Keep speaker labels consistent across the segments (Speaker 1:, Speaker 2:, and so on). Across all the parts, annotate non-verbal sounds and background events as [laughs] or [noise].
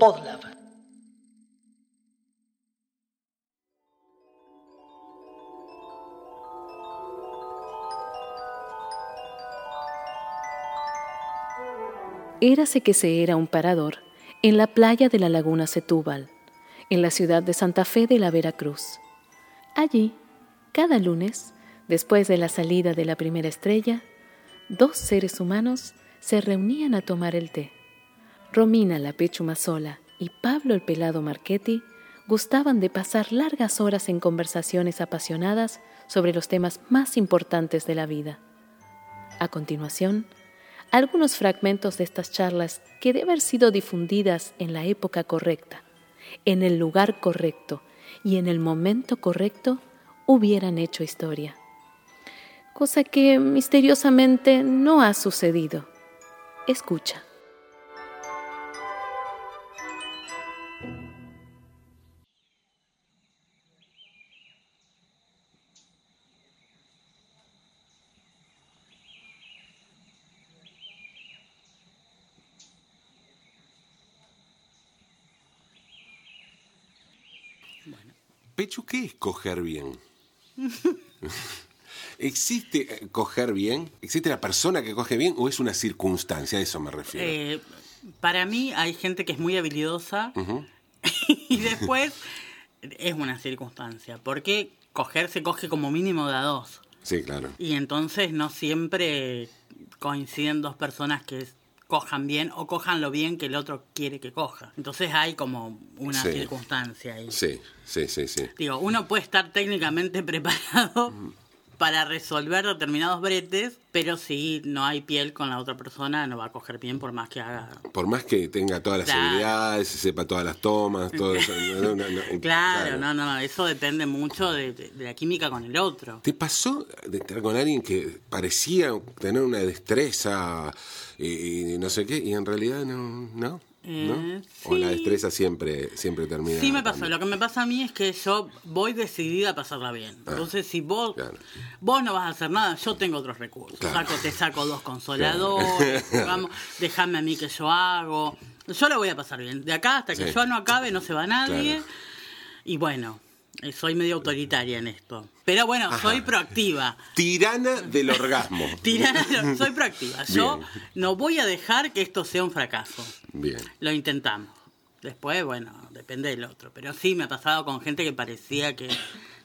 Speaker 1: Podlab.
Speaker 2: Érase que se era un parador en la playa de la laguna Setúbal, en la ciudad de Santa Fe de la Veracruz. Allí, cada lunes, después de la salida de la primera estrella, dos seres humanos se reunían a tomar el té. Romina la Pechumazola y Pablo el Pelado Marchetti gustaban de pasar largas horas en conversaciones apasionadas sobre los temas más importantes de la vida. A continuación, algunos fragmentos de estas charlas que de haber sido difundidas en la época correcta, en el lugar correcto y en el momento correcto hubieran hecho historia. Cosa que misteriosamente no ha sucedido. Escucha.
Speaker 3: Pechu, ¿qué es coger bien? [laughs] ¿Existe eh, coger bien? ¿Existe la persona que coge bien o es una circunstancia? A eso me refiero.
Speaker 4: Eh, para mí hay gente que es muy habilidosa
Speaker 3: Ujú.
Speaker 4: [laughs] y después es una circunstancia. Porque coger se coge como mínimo de a dos.
Speaker 3: Sí, claro.
Speaker 4: Y entonces no siempre coinciden dos personas que cojan bien o cojan lo bien que el otro quiere que coja. Entonces hay como una
Speaker 3: Sí.
Speaker 4: circunstancia ahí.
Speaker 3: Sí, sí, sí, sí.
Speaker 4: Digo, uno puede estar técnicamente [laughs] preparado para resolver determinados bretes, pero si no hay piel con la otra persona, no va a coger bien por más que haga.
Speaker 3: Por más que tenga todas las
Speaker 4: Claro.
Speaker 3: habilidades, sepa todas las tomas, todo eso. no, no,
Speaker 4: [laughs]
Speaker 3: no, no,
Speaker 4: Claro, no, no, eso depende mucho de, de- de la química con el otro.
Speaker 3: ¿Te pasó de estar con alguien que parecía tener una destreza eh, y, y no sé qué, y en realidad no? ¿No? ¿No?
Speaker 4: Eh,
Speaker 3: O la
Speaker 4: sí.
Speaker 3: destreza siempre, siempre termina.
Speaker 4: Sí me pasó,
Speaker 3: también.
Speaker 4: lo que me pasa a mí es que yo voy decidida a pasarla bien. Entonces, si vos
Speaker 3: Ah, claro.
Speaker 4: vos no vas a hacer nada, yo tengo otros recursos.
Speaker 3: Claro.
Speaker 4: Saco, te saco dos consoladores,
Speaker 3: [laughs]
Speaker 4: vamos, déjame a mí que yo hago. Yo la voy a pasar bien. De acá hasta que
Speaker 3: Sí.
Speaker 4: yo no acabe, no se va nadie.
Speaker 3: Claro.
Speaker 4: Y bueno, eh, soy medio autoritaria en esto. Pero bueno, soy proactiva.
Speaker 3: Tirana del
Speaker 4: [laughs]
Speaker 3: orgasmo. [laughs]
Speaker 4: Tirana- soy proactiva. Yo
Speaker 3: Bien.
Speaker 4: no voy a dejar que esto sea un fracaso.
Speaker 3: Bien.
Speaker 4: Lo intentamos. Después, bueno, depende del otro. Pero sí, me ha pasado con gente que parecía que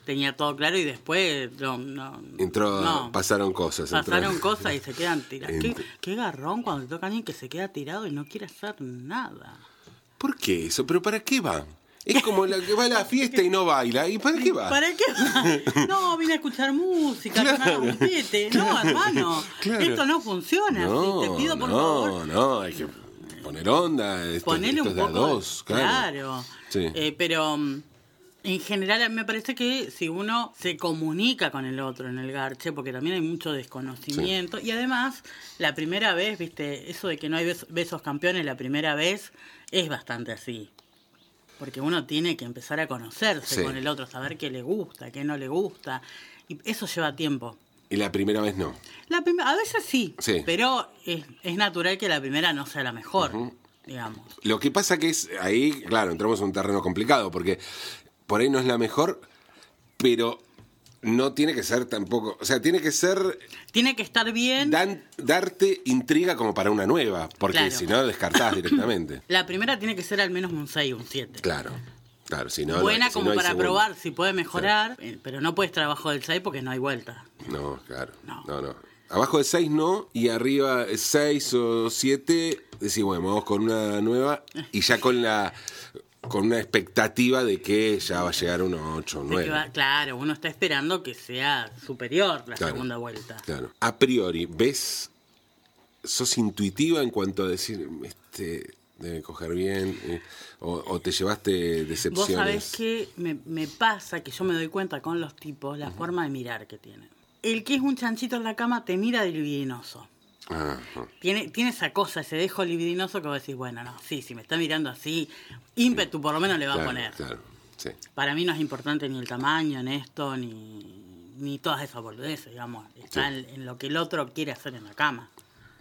Speaker 4: tenía todo claro y después no, no-
Speaker 3: Entró,
Speaker 4: no.
Speaker 3: pasaron cosas. entró-
Speaker 4: Pasaron cosas y se quedan tirados. ¿Qué,
Speaker 3: Ent-
Speaker 4: qué garrón cuando te toca a alguien que se queda tirado y no quiere hacer nada.
Speaker 3: ¿Por qué eso? ¿Pero para qué va? Es como la que va a la fiesta y no baila. ¿Y para qué va?
Speaker 4: ¿Para qué?
Speaker 3: [laughs]
Speaker 4: va? No, vine a escuchar música, a tomar
Speaker 3: Ah. Claro.
Speaker 4: un pete. No, hermano,
Speaker 3: [laughs] Claro.
Speaker 4: esto no funciona. así.
Speaker 3: No,
Speaker 4: Te pido por
Speaker 3: no,
Speaker 4: favor,
Speaker 3: no, hay que poner onda. Esto,
Speaker 4: ponele
Speaker 3: esto
Speaker 4: un
Speaker 3: es de a
Speaker 4: poco.
Speaker 3: dos, claro. Sí.
Speaker 4: Eh, pero mm, en general a mí me parece que si uno se comunica con el otro en el garche, porque también hay mucho desconocimiento, y además la primera vez, viste, eso de que no hay bes- besos campeones la primera vez es bastante así. Porque uno tiene que empezar a conocerse
Speaker 3: Sí.
Speaker 4: con el otro, saber qué le gusta, qué no le gusta. Y eso lleva tiempo.
Speaker 3: Y la primera vez no.
Speaker 4: La prim- a veces sí,
Speaker 3: Sí.
Speaker 4: pero es, es natural que la primera no sea la mejor, digamos.
Speaker 3: Lo que pasa que es ahí, claro, entramos en un terreno complicado porque por ahí no es la mejor, pero no tiene que ser tampoco, o sea, tiene que ser
Speaker 4: Tiene que estar bien.
Speaker 3: dan- darte intriga como para una nueva, porque
Speaker 4: Claro.
Speaker 3: si no descartás
Speaker 4: [laughs]
Speaker 3: directamente.
Speaker 4: La primera tiene que ser al menos un 6, un 7.
Speaker 3: Claro, claro, si no no-
Speaker 4: Buena
Speaker 3: si
Speaker 4: como
Speaker 3: no hay
Speaker 4: para
Speaker 3: segunda.
Speaker 4: probar si puede mejorar, eh, pero no puedes trabajar bajo del 6 porque no hay vuelta.
Speaker 3: No, claro. No,
Speaker 4: No.
Speaker 3: no. Abajo de 6 no, y arriba 6 o 7, decís, bueno, vamos con una nueva y ya con la con una expectativa de que ya va a llegar uno 8 o
Speaker 4: [laughs] De que
Speaker 3: 9.
Speaker 4: va- claro, uno está esperando que sea superior la
Speaker 3: Claro,
Speaker 4: segunda vuelta.
Speaker 3: Claro. A priori, ¿ves? ¿Sos intuitiva en cuanto a decir, este, debe coger bien? eh, o, o te llevaste
Speaker 4: Vos
Speaker 3: decepciones?
Speaker 4: sabés que me, me pasa que yo me doy cuenta con los tipos la forma de mirar que tienen. El que es un chanchito en la cama te mira de libidinoso.
Speaker 3: Ah, ah.
Speaker 4: Tiene, tiene esa cosa, ese dejo libidinoso que vos decís, bueno, no, sí, si me está mirando así, ímpetu por lo menos le va
Speaker 3: claro,
Speaker 4: a poner.
Speaker 3: Claro, sí.
Speaker 4: Para mí no es importante ni el tamaño, ni esto, ni, ni todas esas boludeces, digamos. Está en, en lo que el otro quiere hacer en la cama.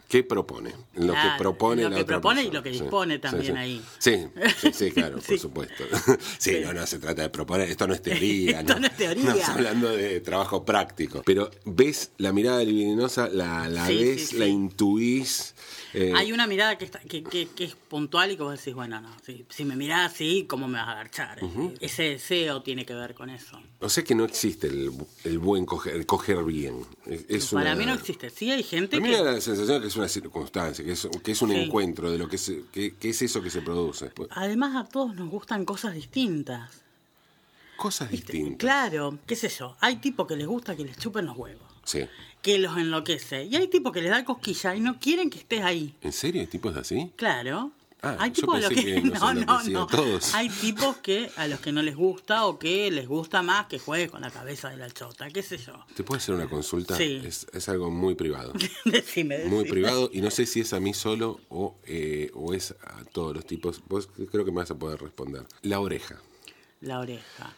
Speaker 3: ¿Qué propone? Lo que
Speaker 4: Claro,
Speaker 3: propone
Speaker 4: lo
Speaker 3: la
Speaker 4: que
Speaker 3: otra
Speaker 4: propone y
Speaker 3: persona.
Speaker 4: lo que dispone también
Speaker 3: sí.
Speaker 4: ahí.
Speaker 3: Sí, sí,
Speaker 4: [laughs]
Speaker 3: sí, claro, por
Speaker 4: Sí.
Speaker 3: supuesto. [laughs] Sí, no, no se trata de proponer, esto
Speaker 4: [laughs]
Speaker 3: no es teoría.
Speaker 4: Esto no es teoría.
Speaker 3: No, estamos hablando de trabajo práctico. Pero ves la mirada libidinosa, la, la
Speaker 4: Sí, sí,
Speaker 3: ves,
Speaker 4: sí.
Speaker 3: la intuís. eh,
Speaker 4: Hay una mirada que, está, que, que- que es puntual y que vos decís, bueno, no, si, si me mirás así, ¿cómo me vas a agarchar? Ese deseo tiene que ver con eso.
Speaker 3: O sea que no existe el, bu- el buen coger, el coger bien. Es- es
Speaker 4: Para
Speaker 3: una-
Speaker 4: mí no existe. Sí, hay gente
Speaker 3: Para mí
Speaker 4: que...
Speaker 3: me da la sensación de que es una circunstancia, que es, que es un
Speaker 4: Sí. Ah,
Speaker 3: encuentro de lo que es, que- que es eso que se produce.
Speaker 4: Además a todos nos gustan cosas distintas.
Speaker 3: Cosas distintas.
Speaker 4: Claro, qué sé yo. Hay tipos que les gusta que les chupen los huevos,
Speaker 3: Sí.
Speaker 4: que los enloquece. Y hay tipos que les da cosquilla y no quieren que estés ahí.
Speaker 3: ¿En serio? ¿El tipo es así?
Speaker 4: Claro.
Speaker 3: Ah,
Speaker 4: hay
Speaker 3: yo
Speaker 4: tipos a los
Speaker 3: pensé
Speaker 4: que,
Speaker 3: que nos
Speaker 4: [laughs] no, no,
Speaker 3: enloquecían
Speaker 4: no.
Speaker 3: todos.
Speaker 4: Hay tipos que a los que no les gusta o que les gusta más que juegues con la cabeza de la chota, qué sé yo. [laughs]
Speaker 3: ¿Te puedo hacer una consulta?
Speaker 4: Sí.
Speaker 3: Es, es algo muy
Speaker 4: [laughs]
Speaker 3: privado.
Speaker 4: decime, decime.
Speaker 3: Muy privado y no sé si es a mí solo o, eh, o es a todos los tipos. Vos creo que me vas a poder responder. La oreja.
Speaker 4: La oreja.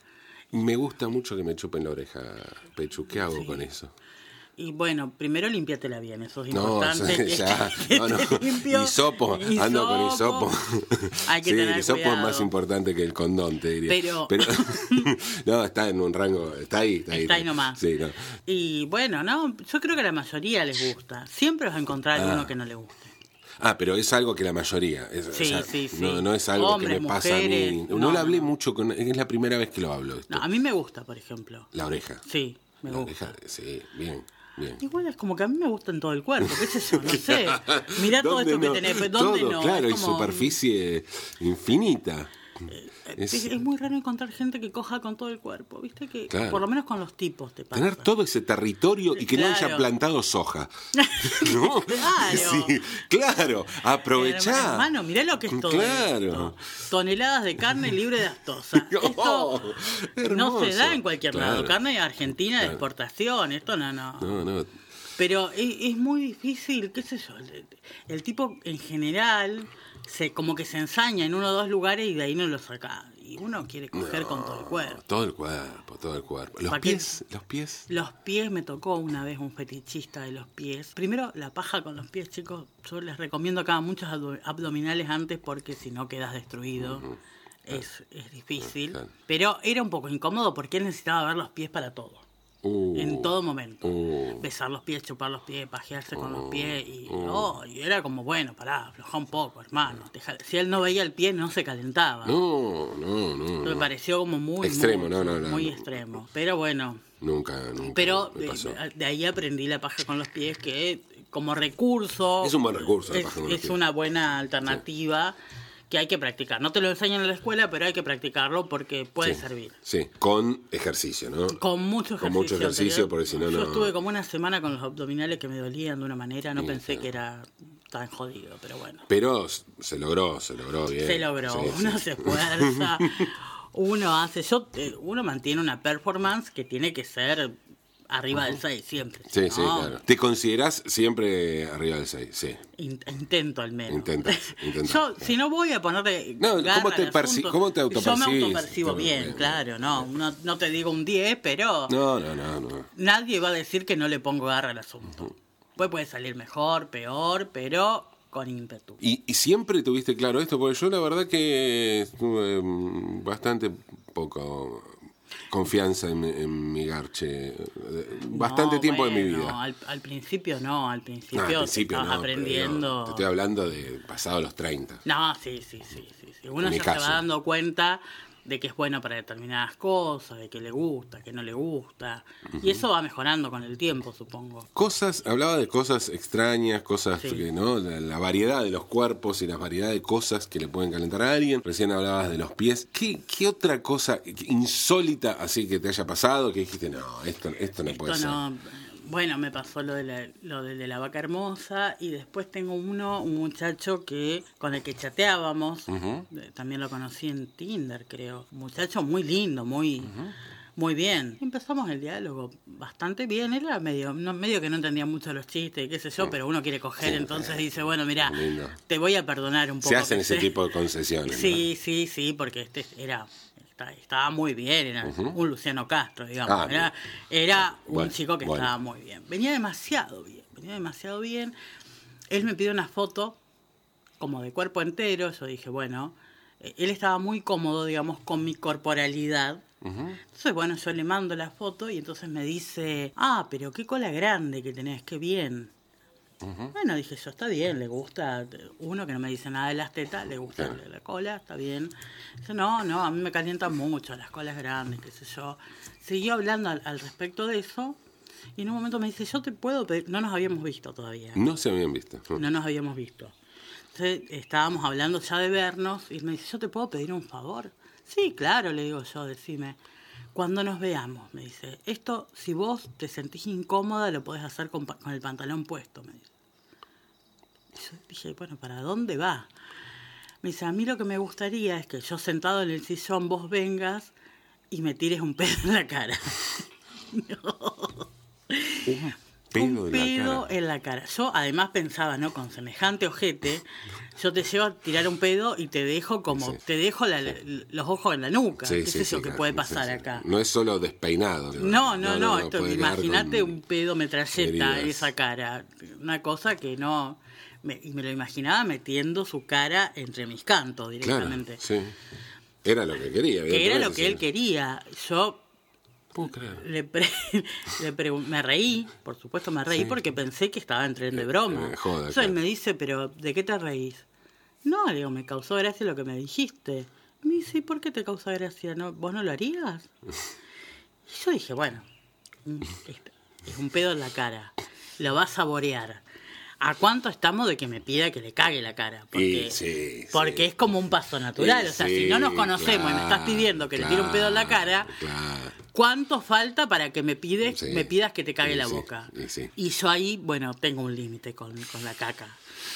Speaker 3: Me gusta mucho que me chupen la oreja, Pechu. ¿Qué hago con eso?
Speaker 4: Y bueno, primero limpiatela bien, eso es
Speaker 3: No,
Speaker 4: importante. que-
Speaker 3: [laughs] ya,
Speaker 4: [laughs] que
Speaker 3: no,
Speaker 4: esté
Speaker 3: no.
Speaker 4: limpio.
Speaker 3: Hisopo, ando con hisopo.
Speaker 4: Hay que
Speaker 3: sí,
Speaker 4: tener
Speaker 3: el hisopo
Speaker 4: cuidado.
Speaker 3: es más importante que el condón, te diría.
Speaker 4: Pero- [laughs]
Speaker 3: [laughs] no, está en un rango, está ahí, está ahí.
Speaker 4: Está ahí nomás.
Speaker 3: Sí, no.
Speaker 4: Y bueno, no, yo creo que a la mayoría les gusta. Siempre vas a encontrar alguno que no le guste.
Speaker 3: Ah, pero es algo que la mayoría. es- o
Speaker 4: Sí,
Speaker 3: sea,
Speaker 4: sí, sí.
Speaker 3: No, no es algo que
Speaker 4: Hombres,
Speaker 3: me pasa a mí.
Speaker 4: mujeres,
Speaker 3: No,
Speaker 4: no,
Speaker 3: lo hablé
Speaker 4: no.
Speaker 3: mucho con. Es la primera vez que lo hablo. Esto.
Speaker 4: No, a mí me gusta, por ejemplo.
Speaker 3: La oreja.
Speaker 4: Sí, me
Speaker 3: la
Speaker 4: gusta.
Speaker 3: oreja, sí, bien, bien.
Speaker 4: Igual es como que a mí me gusta en todo el cuerpo, qué sé
Speaker 3: [laughs]
Speaker 4: yo, no sé. Mirá todo
Speaker 3: ¿Dónde
Speaker 4: esto que
Speaker 3: no?
Speaker 4: tenés, pero ¿dónde
Speaker 3: Todo,
Speaker 4: no?
Speaker 3: Claro,
Speaker 4: es
Speaker 3: y
Speaker 4: como- eh,
Speaker 3: superficie infinita.
Speaker 4: Es,
Speaker 3: Es-
Speaker 4: es muy raro encontrar gente que coja con todo el cuerpo, ¿viste? que
Speaker 3: Claro.
Speaker 4: Por lo menos con los tipos te pasa.
Speaker 3: Tener todo ese territorio y que no haya
Speaker 4: Claro.
Speaker 3: plantado
Speaker 4: [laughs]
Speaker 3: soja. ¿No?
Speaker 4: Claro.
Speaker 3: Sí, claro. Aprovechá.
Speaker 4: Hermano, mirá lo que es todo.
Speaker 3: Claro. [laughs]
Speaker 4: esto. Toneladas de carne libre de astosa.
Speaker 3: Oh,
Speaker 4: Esto no
Speaker 3: hermoso.
Speaker 4: se da en cualquier lado.
Speaker 3: Claro.
Speaker 4: Carne argentina de exportación, esto no, no.
Speaker 3: No, no.
Speaker 4: Pero es, es muy difícil, qué sé yo. El, el tipo en general se como que se ensaña en uno o dos lugares y de ahí no lo saca. Y uno quiere coger con todo el cuerpo.
Speaker 3: Todo el cuerpo, todo el cuerpo. Los
Speaker 4: ¿Para qué?
Speaker 3: pies, los pies.
Speaker 4: Los pies, me tocó una vez un fetichista de los pies. Primero, la paja con los pies, chicos. Yo les recomiendo que hagan muchos abdo- abdominales antes porque si no quedas destruido. Es, es difícil.
Speaker 3: Claro.
Speaker 4: Pero era un poco incómodo porque él necesitaba ver los pies para todo.
Speaker 3: Uh,
Speaker 4: En todo momento.
Speaker 3: uh.
Speaker 4: Besar los pies, chupar los pies, pajearse con
Speaker 3: Mm,
Speaker 4: los pies. Y, oh, y era como, bueno, pará, afloja un poco, hermano. Deja- Si él no veía el pie, no se calentaba.
Speaker 3: No, no, no.
Speaker 4: Me
Speaker 3: no.
Speaker 4: pareció como muy...
Speaker 3: Extremo,
Speaker 4: muy,
Speaker 3: no, no, no,
Speaker 4: Muy
Speaker 3: no.
Speaker 4: extremo. Pero bueno,
Speaker 3: Nunca, nunca.
Speaker 4: pero eh,
Speaker 3: me
Speaker 4: de,
Speaker 3: pasó.
Speaker 4: de ahí aprendí la paja con los pies, que como recurso.
Speaker 3: Es un buen recurso la
Speaker 4: Es,
Speaker 3: paja con los
Speaker 4: es
Speaker 3: pies.
Speaker 4: una buena alternativa que hay que practicar. No te lo enseñan en la escuela, pero hay que practicarlo porque puede
Speaker 3: Sí,
Speaker 4: servir.
Speaker 3: Sí, con ejercicio, ¿no?
Speaker 4: Con mucho ejercicio.
Speaker 3: Con mucho ejercicio,
Speaker 4: te-
Speaker 3: porque si no,
Speaker 4: Yo
Speaker 3: no.
Speaker 4: estuve como una semana con los abdominales que me dolían de una manera, no pensé que era tan jodido, pero bueno.
Speaker 3: Pero se logró, se logró bien.
Speaker 4: Se logró,
Speaker 3: Sí, sí.
Speaker 4: uno se
Speaker 3: [laughs]
Speaker 4: esfuerza, uno hace, yo, eh, uno mantiene una performance que tiene que ser arriba del 6 siempre.
Speaker 3: Sí,
Speaker 4: si
Speaker 3: sí,
Speaker 4: no,
Speaker 3: claro. ¿Te considerás siempre arriba del 6? Sí.
Speaker 4: in- intento al menos.
Speaker 3: Intentas, intentas.
Speaker 4: Yo, si no voy a ponerle.
Speaker 3: No,
Speaker 4: garra
Speaker 3: ¿cómo te
Speaker 4: al
Speaker 3: perci-
Speaker 4: asunto,
Speaker 3: cómo te
Speaker 4: Yo me
Speaker 3: autopercibís?
Speaker 4: autopercibo bien,
Speaker 3: Bien,
Speaker 4: claro, no, no. no te digo un 10, pero
Speaker 3: No, no, no, no.
Speaker 4: nadie va a decir que no le pongo garra al asunto. Pues puede salir mejor, peor, pero con ímpetu.
Speaker 3: ¿Y, y siempre tuviste claro esto? Porque yo la verdad que estuve mm, bastante poco confianza en, en mi garche. eh, Bastante
Speaker 4: No,
Speaker 3: tiempo de mi
Speaker 4: bueno,
Speaker 3: vida.
Speaker 4: Al, al principio no, al
Speaker 3: No,
Speaker 4: principio,
Speaker 3: al
Speaker 4: te
Speaker 3: principio
Speaker 4: estabas
Speaker 3: no, pero
Speaker 4: aprendiendo.
Speaker 3: no, te estoy hablando de pasado los 30.
Speaker 4: No, sí, sí, sí, sí. sí. Uno
Speaker 3: En mi
Speaker 4: ya se
Speaker 3: caso.
Speaker 4: va dando cuenta de que es bueno para determinadas cosas, de que le gusta, que no le gusta. Y eso va mejorando con el tiempo, supongo.
Speaker 3: Cosas, hablaba de cosas extrañas, cosas
Speaker 4: Sí.
Speaker 3: que, ¿no? La, la variedad de los cuerpos y la variedad de cosas que le pueden calentar a alguien. Recién hablabas de los pies. ¿Qué, qué otra cosa insólita así que te haya pasado que dijiste, no, esto, esto no puede
Speaker 4: Esto no. Bueno, me pasó lo de, la, lo del de la vaca hermosa y después tengo uno, un muchacho que con el que chateábamos, eh, también lo conocí en Tinder, creo. Un muchacho muy lindo, muy muy bien. Empezamos el diálogo bastante bien, era medio no, medio que no entendía mucho los chistes, qué sé yo, pero uno quiere coger,
Speaker 3: Sí, eh,
Speaker 4: entonces dice, bueno, mira,
Speaker 3: lindo.
Speaker 4: te voy a perdonar un
Speaker 3: ser. Se
Speaker 4: poco.
Speaker 3: hacen
Speaker 4: que
Speaker 3: ese
Speaker 4: sé-
Speaker 3: tipo de concesiones.
Speaker 4: Sí, sí, sí, porque este era está- estaba muy bien, era un Luciano Castro, digamos.
Speaker 3: Ah,
Speaker 4: era era un
Speaker 3: Bueno,
Speaker 4: chico que
Speaker 3: bueno.
Speaker 4: estaba muy bien. Venía demasiado bien, venía demasiado bien. él me pide una foto como de cuerpo entero, yo dije, bueno, eh, él estaba muy cómodo, digamos, con mi corporalidad. Entonces, bueno, yo le mando la foto y entonces me dice, ah, pero qué cola grande que tenés, qué bien. Bueno, dije yo, está bien, le gusta, uno que no me dice nada de las tetas, le gusta la, la cola, está bien. Yo, no, no, a mí me calientan mucho las colas grandes, qué sé yo. Siguió hablando al, al respecto de eso y en un momento me dice, yo te puedo pedir, no nos habíamos visto todavía
Speaker 3: No se habían visto.
Speaker 4: no nos habíamos visto. Entonces, estábamos hablando ya de vernos y me dice, ¿yo te puedo pedir un favor? Sí, claro, le digo yo, decime. Cuando nos veamos, me dice, esto, si vos te sentís incómoda, lo podés hacer con, pa- con el pantalón puesto, me dice. Y yo dije, bueno, ¿para dónde va? Me dice, a mí lo que me gustaría es que yo sentado en el sillón vos vengas y me tires un pedo en la cara.
Speaker 3: Un pedo
Speaker 4: un
Speaker 3: en la
Speaker 4: pedo
Speaker 3: cara.
Speaker 4: en la cara. Yo además pensaba, ¿no? Con semejante ojete, yo te llevo a tirar un pedo y te dejo como,
Speaker 3: Sí.
Speaker 4: te dejo la- los ojos en la nuca.
Speaker 3: Sí,
Speaker 4: ¿Qué
Speaker 3: sí,
Speaker 4: es eso
Speaker 3: sí,
Speaker 4: que
Speaker 3: claro.
Speaker 4: puede
Speaker 3: Sí,
Speaker 4: pasar
Speaker 3: sí.
Speaker 4: acá?
Speaker 3: No es solo despeinado. digo.
Speaker 4: No, no, no, esto,
Speaker 3: puede quedar
Speaker 4: imagínate
Speaker 3: con-
Speaker 4: un pedo metralleta,
Speaker 3: heridas.
Speaker 4: esa cara. Una cosa que no. Me, y me lo imaginaba metiendo su cara entre mis cantos
Speaker 3: Claro,
Speaker 4: directamente.
Speaker 3: sí. Era lo que quería.
Speaker 4: Que era
Speaker 3: evidentemente,
Speaker 4: lo que
Speaker 3: sí.
Speaker 4: él quería. Yo
Speaker 3: Puedo creer.
Speaker 4: le pre- [laughs] le pregun- me reí, por supuesto me reí, porque pensé que estaba en tren de broma.
Speaker 3: eh, joda,
Speaker 4: Entonces él
Speaker 3: claro.
Speaker 4: me dice, pero ¿de qué te reís? No, le digo, me causó gracia lo que me dijiste. Me dice, ¿y por qué te causa gracia? ¿No, ¿Vos no lo harías? Y yo dije, bueno, mm, es- es un pedo en la cara, lo va a saborear. ¿A cuánto estamos de que me pida que le cague la cara? Porque,
Speaker 3: Y sí,
Speaker 4: porque
Speaker 3: sí.
Speaker 4: es como un paso natural.
Speaker 3: Sí,
Speaker 4: o sea, si no nos conocemos y me estás
Speaker 3: claro,
Speaker 4: pidiendo que le tire un pedo en la cara,
Speaker 3: Claro.
Speaker 4: ¿Cuánto falta para que me pides,
Speaker 3: Sí.
Speaker 4: me pidas que te cague
Speaker 3: Y
Speaker 4: la
Speaker 3: sí,
Speaker 4: boca?
Speaker 3: y sí.
Speaker 4: yo ahí, bueno, tengo un límite con, con la caca.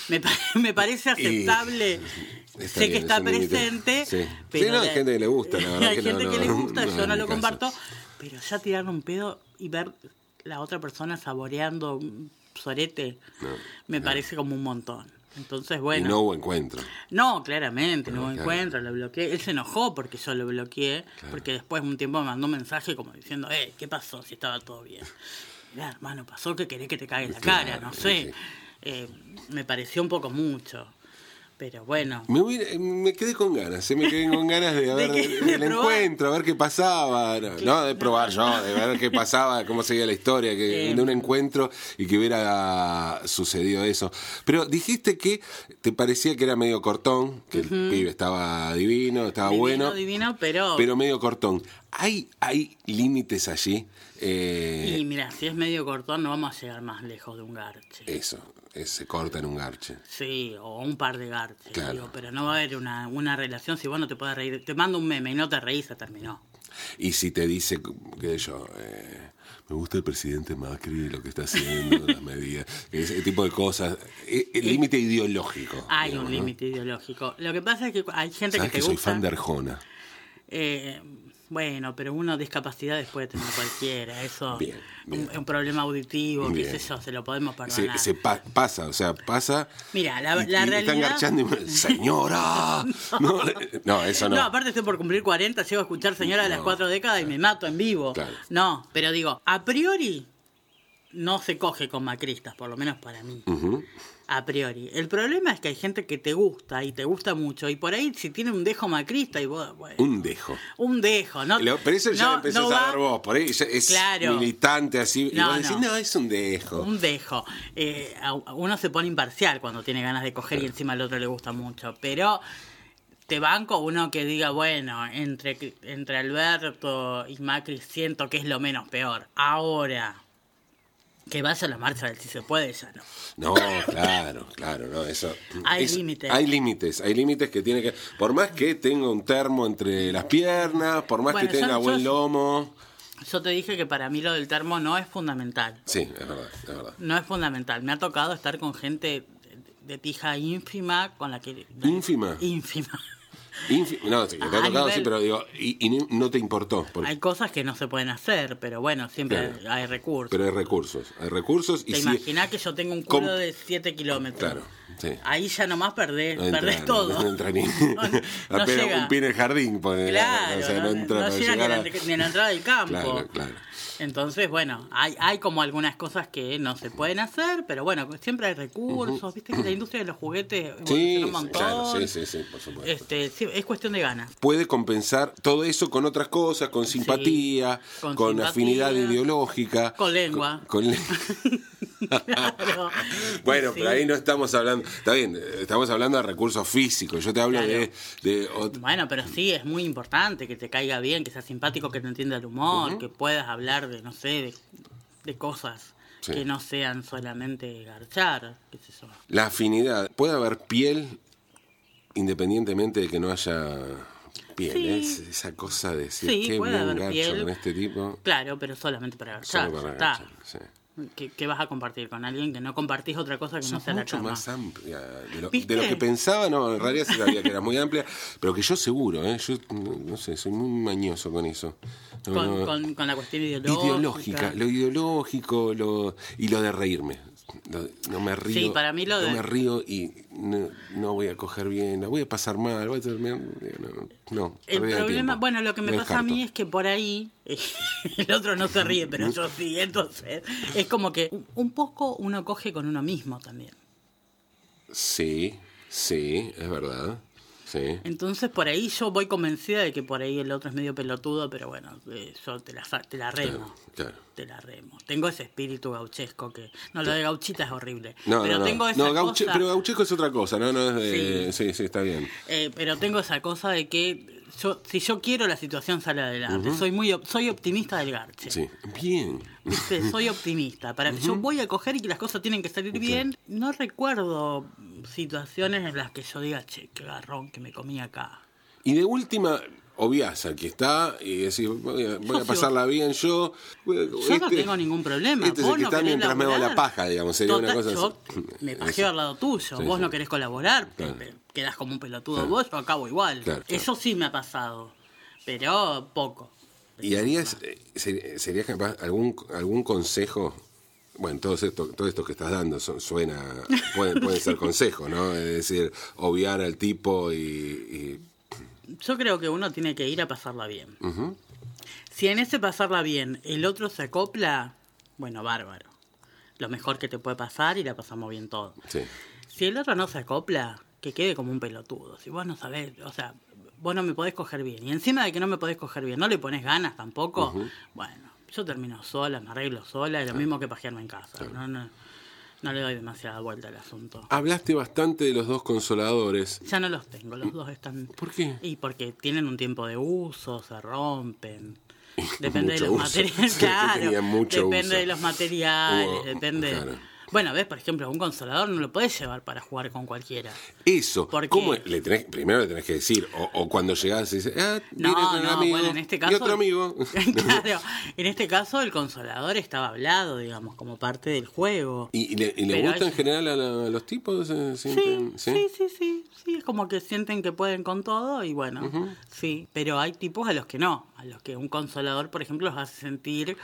Speaker 4: Me, pa- [laughs] me parece aceptable.
Speaker 3: [laughs] Está
Speaker 4: sé
Speaker 3: bien,
Speaker 4: que está
Speaker 3: es un límite.
Speaker 4: presente.
Speaker 3: Sí.
Speaker 4: Pero
Speaker 3: Sí, no, hay
Speaker 4: la-
Speaker 3: gente que le gusta,
Speaker 4: [laughs]
Speaker 3: la verdad
Speaker 4: Hay
Speaker 3: que no,
Speaker 4: gente que
Speaker 3: no,
Speaker 4: le gusta,
Speaker 3: no,
Speaker 4: yo
Speaker 3: en
Speaker 4: no
Speaker 3: mi caso.
Speaker 4: lo comparto. Pero ya tirar un pedo y ver la otra persona saboreando un sorete, me parece como un montón. Entonces,
Speaker 3: Y
Speaker 4: bueno.
Speaker 3: no hubo encuentro.
Speaker 4: No, claramente, no,
Speaker 3: No, claro.
Speaker 4: encuentro, lo bloqueé. Él se enojó porque yo lo bloqueé, porque después un tiempo me mandó un mensaje como diciendo, eh, ¿qué pasó? Si estaba todo bien. Mirá, hermano, pasó que querés que te cague la
Speaker 3: Claro,
Speaker 4: cara, no
Speaker 3: sí,
Speaker 4: sé.
Speaker 3: sí.
Speaker 4: Eh, me pareció un poco mucho, pero bueno.
Speaker 3: Me, hubiera- me quedé con ganas, ¿eh? me quedé con ganas de, haber,
Speaker 4: que- [laughs] de
Speaker 3: del
Speaker 4: probar.
Speaker 3: encuentro, a ver qué pasaba. No, no, de probar yo, de ver qué pasaba, cómo seguía la historia, que,
Speaker 4: Eh.
Speaker 3: de un encuentro y que hubiera sucedido eso. Pero dijiste que te parecía que era medio cortón, que el pibe estaba divino, estaba
Speaker 4: divino,
Speaker 3: Ah, bueno.
Speaker 4: divino, pero...
Speaker 3: Pero medio cortón. ¿Hay, hay límites allí? Eh,
Speaker 4: Y mira, si es medio cortón, no vamos a llegar más lejos de un garche.
Speaker 3: Eso, eh, se corta en un garche.
Speaker 4: Sí, o un par de garches,
Speaker 3: Claro.
Speaker 4: digo, pero no va a haber una, una relación si vos no te podés reír. Te mando un meme y no te reís, se terminó.
Speaker 3: Y si te dice, qué sé yo, eh, me gusta el presidente Macri, lo que está haciendo,
Speaker 4: [laughs]
Speaker 3: las medidas, ese tipo de cosas. Eh, El límite ideológico.
Speaker 4: Hay
Speaker 3: digamos,
Speaker 4: un
Speaker 3: ¿no?
Speaker 4: límite ideológico. Lo que pasa es que cu- hay gente que
Speaker 3: Sabes
Speaker 4: te
Speaker 3: que soy
Speaker 4: gusta.
Speaker 3: fan de Arjona.
Speaker 4: eh, bueno, pero uno discapacidades puede tener cualquiera, eso.
Speaker 3: Bien, bien.
Speaker 4: Un, un problema auditivo,
Speaker 3: Bien.
Speaker 4: qué sé yo, se lo podemos
Speaker 3: Se,
Speaker 4: perdonar.
Speaker 3: se pa- pasa, o sea, pasa.
Speaker 4: Mira, la-
Speaker 3: y-
Speaker 4: la
Speaker 3: y Están
Speaker 4: realidad-
Speaker 3: garchando y
Speaker 4: [laughs]
Speaker 3: me- ¡Señora! no, eh, no, eso no.
Speaker 4: No, aparte estoy por cumplir 40, llego a escuchar señora de las
Speaker 3: No,
Speaker 4: cuatro décadas y me mato en vivo.
Speaker 3: Claro.
Speaker 4: No, pero digo, a priori no se coge con macristas, por lo menos para mí.
Speaker 3: Ujú.
Speaker 4: A priori. El problema es que hay gente que te gusta y te gusta mucho. Y por ahí, si tiene un dejo macrista y vos. bueno,
Speaker 3: Un dejo.
Speaker 4: un dejo, ¿no?
Speaker 3: Lo- Pero eso ya
Speaker 4: no-
Speaker 3: lo empezás
Speaker 4: no
Speaker 3: a
Speaker 4: va-
Speaker 3: dar vos, por ahí ya es
Speaker 4: Claro.
Speaker 3: militante así. y
Speaker 4: No,
Speaker 3: vos decís, no.
Speaker 4: no.
Speaker 3: es un dejo.
Speaker 4: Un dejo. Eh, a- a uno se pone imparcial cuando tiene ganas de coger y encima al otro le gusta mucho. Pero te banco uno que diga, bueno, entre, entre Alberto y Macri siento que es lo menos peor. Ahora, que vaya a la marcha del si se puede, ya no.
Speaker 3: No, claro, claro, no, eso.
Speaker 4: Hay
Speaker 3: eso-
Speaker 4: límites.
Speaker 3: Hay límites, hay límites que tiene que. Por más que tenga un termo entre las piernas, por más
Speaker 4: Bueno,
Speaker 3: que tenga
Speaker 4: yo-
Speaker 3: buen
Speaker 4: yo-
Speaker 3: lomo.
Speaker 4: Yo te dije que para mí lo del termo no es fundamental.
Speaker 3: Sí, es verdad, es verdad.
Speaker 4: No es fundamental. Me ha tocado estar con gente de tija ínfima con la que...
Speaker 3: ¿Ínfima?
Speaker 4: Ínfima.
Speaker 3: Infi- no, sí, que te ha
Speaker 4: A
Speaker 3: tocado,
Speaker 4: nivel-
Speaker 3: sí, pero digo, y, y ni- no te importó. porque-
Speaker 4: Hay cosas que no se pueden hacer, pero bueno, siempre hay-
Speaker 3: Claro.
Speaker 4: hay, recursos.
Speaker 3: pero hay recursos, hay recursos y
Speaker 4: ¿Te
Speaker 3: sí.
Speaker 4: imaginas que yo tengo un culo
Speaker 3: Com-
Speaker 4: de 7 kilómetros?
Speaker 3: Claro. Sí.
Speaker 4: ahí ya nomás perdés,
Speaker 3: No entra,
Speaker 4: perdés
Speaker 3: no-
Speaker 4: todo.
Speaker 3: No entra ni.
Speaker 4: [laughs] No- no
Speaker 3: [laughs] apenas
Speaker 4: llega.
Speaker 3: un pie en el jardín.
Speaker 4: [laughs]
Speaker 3: pues,
Speaker 4: Claro,
Speaker 3: o sea,
Speaker 4: no,
Speaker 3: entra
Speaker 4: no
Speaker 3: para
Speaker 4: llega ni a
Speaker 3: llegar
Speaker 4: la,
Speaker 3: a-
Speaker 4: ni a la entrada del campo.
Speaker 3: [laughs] Claro, claro.
Speaker 4: Entonces, bueno, hay, hay como algunas cosas que no se pueden hacer, pero bueno, siempre hay recursos, viste que la industria de los juguetes evoluciona
Speaker 3: Sí,
Speaker 4: un montón.
Speaker 3: claro, sí, sí, sí, por supuesto.
Speaker 4: Este, sí, es cuestión de ganas.
Speaker 3: puede compensar todo eso con otras cosas, con simpatía,
Speaker 4: con
Speaker 3: con,
Speaker 4: simpatía,
Speaker 3: afinidad ideológica. [laughs]
Speaker 4: con lengua.
Speaker 3: con- con le-
Speaker 4: [laughs] Claro.
Speaker 3: [laughs] bueno,
Speaker 4: Sí.
Speaker 3: pero ahí no estamos hablando, está bien, eh, estamos hablando de recursos físicos, yo te hablo
Speaker 4: Claro.
Speaker 3: de, de ot-
Speaker 4: Bueno, pero sí, es muy importante que te caiga bien, que seas simpático, que te entienda el humor, que puedas hablar de, no sé, de, de cosas
Speaker 3: Sí.
Speaker 4: que no sean solamente garchar, qué sé yo.
Speaker 3: la afinidad. Puede haber piel independientemente de que no haya piel,
Speaker 4: Sí.
Speaker 3: ¿eh? Es- esa cosa de decir,
Speaker 4: Sí,
Speaker 3: qué
Speaker 4: puede
Speaker 3: bien
Speaker 4: haber
Speaker 3: gacho
Speaker 4: piel.
Speaker 3: con este tipo.
Speaker 4: Claro, pero solamente para garchar.
Speaker 3: Solo para
Speaker 4: ya está.
Speaker 3: garchar, sí.
Speaker 4: ¿Qué, qué vas a compartir con alguien que no compartís otra cosa que no
Speaker 3: Sos
Speaker 4: sea la
Speaker 3: mucho
Speaker 4: cama?
Speaker 3: más amplia de lo,
Speaker 4: ¿Viste?
Speaker 3: de lo que pensaba, no, en realidad sí sabía que era muy amplia, pero que yo seguro, ¿eh? yo no no sé, soy muy mañoso con eso. No,
Speaker 4: Con,
Speaker 3: no.
Speaker 4: con- con la cuestión ideológica.
Speaker 3: ideológica, lo ideológico lo, y lo de reírme. Lo de- no me río.
Speaker 4: Sí, para mí lo de-
Speaker 3: No me río y no, no voy a coger bien, la voy a pasar mal, voy a terminar. No, no,
Speaker 4: El
Speaker 3: pérdida de
Speaker 4: problema,
Speaker 3: tiempo.
Speaker 4: bueno, lo que me
Speaker 3: Lo
Speaker 4: pasa a mí
Speaker 3: descarto.
Speaker 4: es que por ahí, [laughs] el otro no se ríe, pero yo sí, entonces es como que un- un poco uno coge con uno mismo también.
Speaker 3: Sí, sí, es verdad. Sí.
Speaker 4: Entonces por ahí yo voy convencida de que por ahí el otro es medio pelotudo, pero bueno, eh, yo te la, sa- te la remo.
Speaker 3: Claro.
Speaker 4: Te la remo. Tengo ese espíritu gauchesco que... No, lo de gauchita es horrible.
Speaker 3: No,
Speaker 4: pero
Speaker 3: no, no.
Speaker 4: tengo esa
Speaker 3: No, gauche-
Speaker 4: cosa...
Speaker 3: Pero gauchesco es otra cosa, ¿no? no es de- sí. sí, está bien.
Speaker 4: Eh, pero tengo esa cosa de que yo, si yo quiero la situación sale adelante. Soy muy op- soy optimista del garche.
Speaker 3: Sí. Bien.
Speaker 4: ¿viste?
Speaker 3: [laughs]
Speaker 4: Soy optimista. Para, Yo voy a coger y que las cosas tienen que salir bien. No recuerdo situaciones en las que yo diga, che, qué garrón que me comí acá.
Speaker 3: Y de última, obvias al que está y decís, voy a, voy a
Speaker 4: Yo
Speaker 3: pasarla bien yo.
Speaker 4: Yo no tengo ningún problema.
Speaker 3: Este es
Speaker 4: Vos
Speaker 3: el que
Speaker 4: no
Speaker 3: está
Speaker 4: querés
Speaker 3: mientras me hago la
Speaker 4: laburar.
Speaker 3: paja, digamos. Sería
Speaker 4: Total,
Speaker 3: una cosa
Speaker 4: yo
Speaker 3: así. [laughs]
Speaker 4: me
Speaker 3: Eso.
Speaker 4: paseo al lado tuyo.
Speaker 3: Sí,
Speaker 4: vos
Speaker 3: sí.
Speaker 4: no querés colaborar, te-
Speaker 3: Claro.
Speaker 4: te quedás como un pelotudo vos, yo acabo igual.
Speaker 3: Claro, claro.
Speaker 4: Eso sí me ha pasado, pero poco.
Speaker 3: ¿Y harías, eh, ser- serías capaz, algún, algún consejo? Bueno, todo esto, todo esto que estás dando son- suena, pueden, pueden
Speaker 4: [laughs]
Speaker 3: ser consejos, ¿no? Es decir, obviar al tipo y... y-
Speaker 4: Yo creo que uno tiene que ir a pasarla bien.
Speaker 3: Mm.
Speaker 4: Si en ese pasarla bien el otro se acopla, bueno, bárbaro. Lo mejor que te puede pasar y la pasamos bien todos.
Speaker 3: sí.
Speaker 4: Si el otro no se acopla, que quede como un pelotudo. Si vos no sabés, o sea, vos no me podés coger bien. Y encima de que no me podés coger bien, no le pones ganas tampoco. Bueno, yo termino sola, me arreglo sola, es lo mismo que pajearme en casa. No, no, no le doy demasiada vuelta al asunto.
Speaker 3: Hablaste bastante de los dos consoladores.
Speaker 4: Ya no los tengo, los dos están...
Speaker 3: ¿Por qué?
Speaker 4: Y porque tienen un tiempo de uso, se
Speaker 3: [laughs]
Speaker 4: rompen. Depende de
Speaker 3: Mucho
Speaker 4: los
Speaker 3: uso.
Speaker 4: materiales.
Speaker 3: [laughs] Sí,
Speaker 4: Claro,
Speaker 3: tenían mucho
Speaker 4: depende
Speaker 3: uso.
Speaker 4: de los materiales,
Speaker 3: Hubo-
Speaker 4: depende...
Speaker 3: claro.
Speaker 4: Bueno, ves, por ejemplo, un consolador no lo podés llevar para jugar con cualquiera.
Speaker 3: Eso,
Speaker 4: ¿Por
Speaker 3: ¿cómo
Speaker 4: qué?
Speaker 3: es? le tenés, primero le tenés que decir, o, o cuando llegás y dices, ah,
Speaker 4: No,
Speaker 3: vine con un
Speaker 4: no,
Speaker 3: amigo,
Speaker 4: bueno, en este caso.
Speaker 3: y otro amigo.
Speaker 4: [laughs]
Speaker 3: [laughs]
Speaker 4: claro, en este caso el consolador estaba hablado, digamos, como parte del juego.
Speaker 3: ¿Y, y le, y le
Speaker 4: Pero
Speaker 3: gusta en
Speaker 4: es-
Speaker 3: general a, la- a los tipos? eh,
Speaker 4: Sí,
Speaker 3: sienten-
Speaker 4: sí, sí, sí, sí, es como que sienten que pueden con todo y bueno, sí, pero hay tipos a los que no, a los que un consolador, por ejemplo, los hace sentir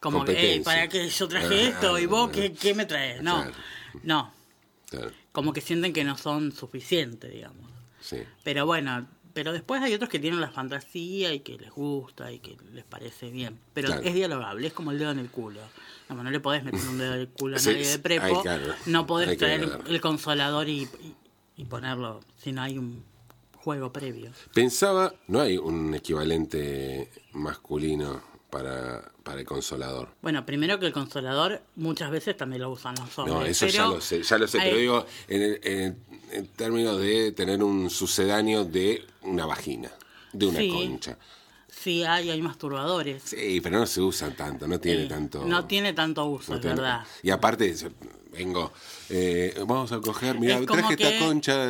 Speaker 4: como que, "Eh,
Speaker 3: Competencia.
Speaker 4: ¿para qué yo traje
Speaker 3: Ah,
Speaker 4: esto? ¿Y vos qué, qué me traes? No,
Speaker 3: Claro.
Speaker 4: no,
Speaker 3: Claro,
Speaker 4: como que sienten que no son suficientes, digamos.
Speaker 3: sí.
Speaker 4: Pero bueno, pero después hay otros que tienen la fantasía y que les gusta y que les parece bien. Pero
Speaker 3: Claro.
Speaker 4: es dialogable, es como el dedo en el culo. No, no le podés meter un dedo en el culo a
Speaker 3: Sí,
Speaker 4: nadie de
Speaker 3: sí,
Speaker 4: prepo.
Speaker 3: hay que hablar,
Speaker 4: No podés
Speaker 3: hay que
Speaker 4: traer
Speaker 3: hablar.
Speaker 4: el consolador y, y- y ponerlo si no hay un juego previo.
Speaker 3: Pensaba, no hay un equivalente masculino para, para el consolador.
Speaker 4: Bueno, primero que el consolador muchas veces también lo usan los hombres.
Speaker 3: No, eso ya
Speaker 4: pero
Speaker 3: lo sé, ya lo sé,
Speaker 4: hay-
Speaker 3: pero digo en, el- en el- en términos de tener un sucedáneo de una vagina, de una
Speaker 4: Sí.
Speaker 3: concha.
Speaker 4: Sí, hay, hay masturbadores.
Speaker 3: Sí, pero no se usan tanto, no tiene
Speaker 4: Sí,
Speaker 3: tanto...
Speaker 4: No tiene tanto uso,
Speaker 3: No
Speaker 4: es
Speaker 3: tiene-
Speaker 4: verdad.
Speaker 3: Y aparte, yo- vengo, eh, vamos a coger, mira,
Speaker 4: Es como
Speaker 3: traje
Speaker 4: que-
Speaker 3: esta
Speaker 4: [laughs]
Speaker 3: concha,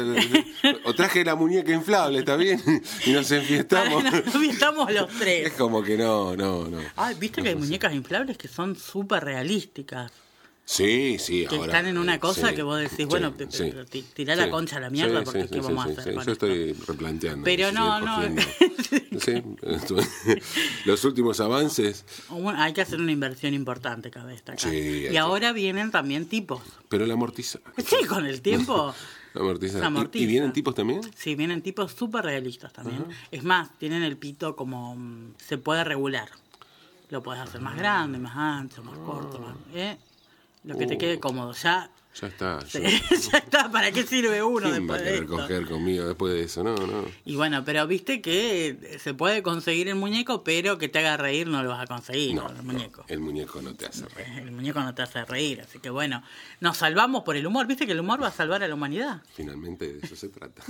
Speaker 3: o traje la muñeca inflable, ¿está bien? y nos enfiestamos.
Speaker 4: [laughs] Estamos los tres.
Speaker 3: es como que no, no, no.
Speaker 4: Ah, Ay, viste que hay muñecas inflables que son súper realísticas.
Speaker 3: Sí, sí,
Speaker 4: que
Speaker 3: ahora.
Speaker 4: están en una
Speaker 3: eh,
Speaker 4: cosa
Speaker 3: sí,
Speaker 4: que vos decís,
Speaker 3: sí,
Speaker 4: bueno, te-
Speaker 3: sí,
Speaker 4: pero ti- tirá la
Speaker 3: sí,
Speaker 4: concha a la mierda
Speaker 3: sí,
Speaker 4: porque
Speaker 3: sí,
Speaker 4: ¿qué
Speaker 3: sí,
Speaker 4: vamos a
Speaker 3: sí,
Speaker 4: hacer
Speaker 3: sí,
Speaker 4: con
Speaker 3: Yo
Speaker 4: esto?
Speaker 3: estoy replanteando.
Speaker 4: Pero
Speaker 3: si
Speaker 4: no,
Speaker 3: sigue
Speaker 4: no. [laughs]
Speaker 3: cogiendo. Sí, los últimos avances.
Speaker 4: Un- hay que hacer una inversión importante cada vez. acá.
Speaker 3: Sí, hay
Speaker 4: y
Speaker 3: que-
Speaker 4: ahora vienen también tipos. [laughs]
Speaker 3: Pero la amortiza.
Speaker 4: Sí, con
Speaker 3: [laughs]
Speaker 4: el tiempo.
Speaker 3: La amortiza.
Speaker 4: Se amortiza.
Speaker 3: ¿Y, y vienen tipos también?
Speaker 4: Sí, vienen tipos súper realistas también. Es más, tienen el pito como. mm, se puede regular. Lo puedes hacer
Speaker 3: Ah.
Speaker 4: más grande, más ancho, más corto. más- ¿eh? Lo que te
Speaker 3: Oh.
Speaker 4: quede cómodo. Ya,
Speaker 3: Ya está. yo-
Speaker 4: [laughs] ya está, ¿para qué sirve uno
Speaker 3: ¿Quién va a
Speaker 4: después de
Speaker 3: querer
Speaker 4: esto?
Speaker 3: coger conmigo después de eso? No, no.
Speaker 4: Y bueno, pero viste que se puede conseguir el muñeco, pero que te haga reír no lo vas a conseguir
Speaker 3: No,
Speaker 4: con el
Speaker 3: no,
Speaker 4: muñeco.
Speaker 3: el muñeco no te hace reír.
Speaker 4: El muñeco no te hace reír, así que bueno, nos salvamos por el humor. ¿Viste que el humor va a salvar a la humanidad?
Speaker 3: Finalmente de eso se trata.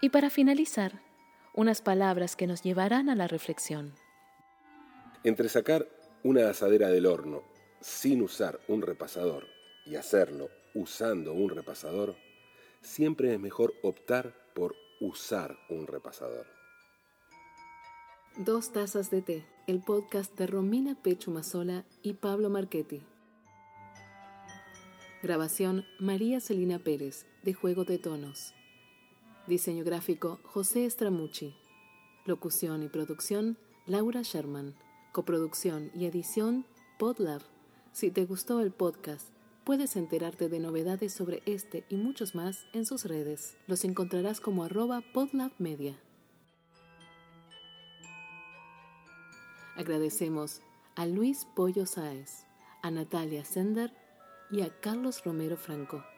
Speaker 2: Y para finalizar, unas palabras que nos llevarán a la reflexión.
Speaker 1: Entre sacar una asadera del horno sin usar un repasador y hacerlo usando un repasador, siempre es mejor optar por usar un repasador.
Speaker 2: Dos tazas de té, el podcast de Romina Pechumazola y Pablo Marchetti. Grabación María Celina Pérez, de Juego de Tonos. Diseño gráfico José Estramucci. Locución y producción Laura Sherman. Coproducción y edición Podlab. Si te gustó el podcast, puedes enterarte de novedades sobre este y muchos más en sus redes. Los encontrarás como arroba Podlab Media. Agradecemos a Luis Pollo Sáez, a Natalia Sender y a Carlos Romero Franco.